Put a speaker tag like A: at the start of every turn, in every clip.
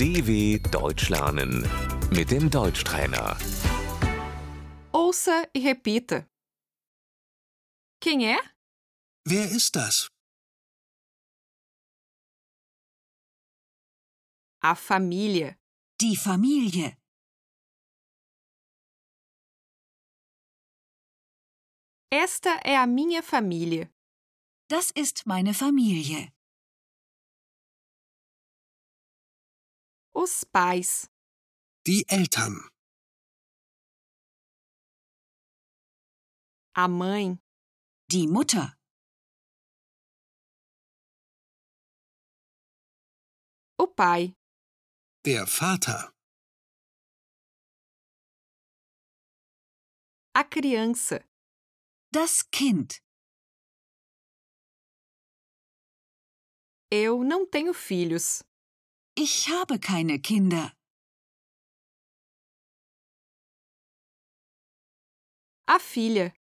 A: DW Deutsch lernen mit dem Deutschtrainer.
B: Ouça e repita. Quem é?
C: Wer ist das?
B: A família.
D: Die Familie.
B: Esta é a minha família.
D: Das ist meine Familie.
B: Os pais.
C: Die Eltern.
B: A mãe.
D: Die Mutter.
B: O pai.
C: Der Vater.
B: A criança.
D: Das Kind.
B: Eu não tenho filhos.
D: Ich habe keine Kinder.
B: A filha.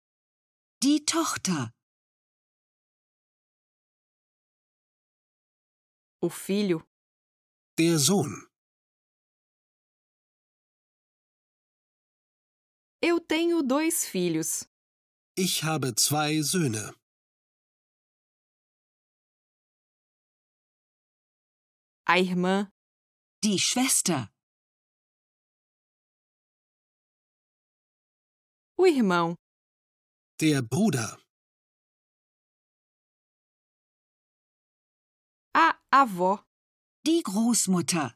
D: Die Tochter.
B: O filho.
C: Der Sohn.
B: Eu tenho dois filhos.
C: Ich habe zwei Söhne.
B: A irmã.
D: Die Schwester.
B: O irmão.
C: Der Bruder.
B: A avó.
D: Die Großmutter.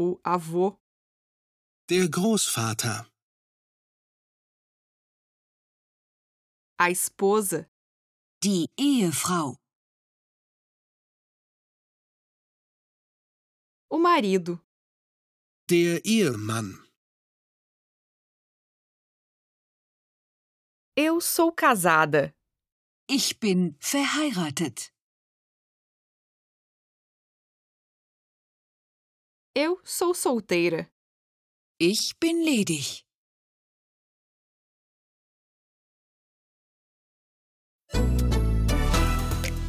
B: O avô.
C: Der Großvater.
B: A esposa.
D: Die Ehefrau.
B: O marido.
C: Der Ehemann.
B: Eu sou casada.
D: Ich bin verheiratet.
B: Eu sou solteira.
D: Ich bin ledig.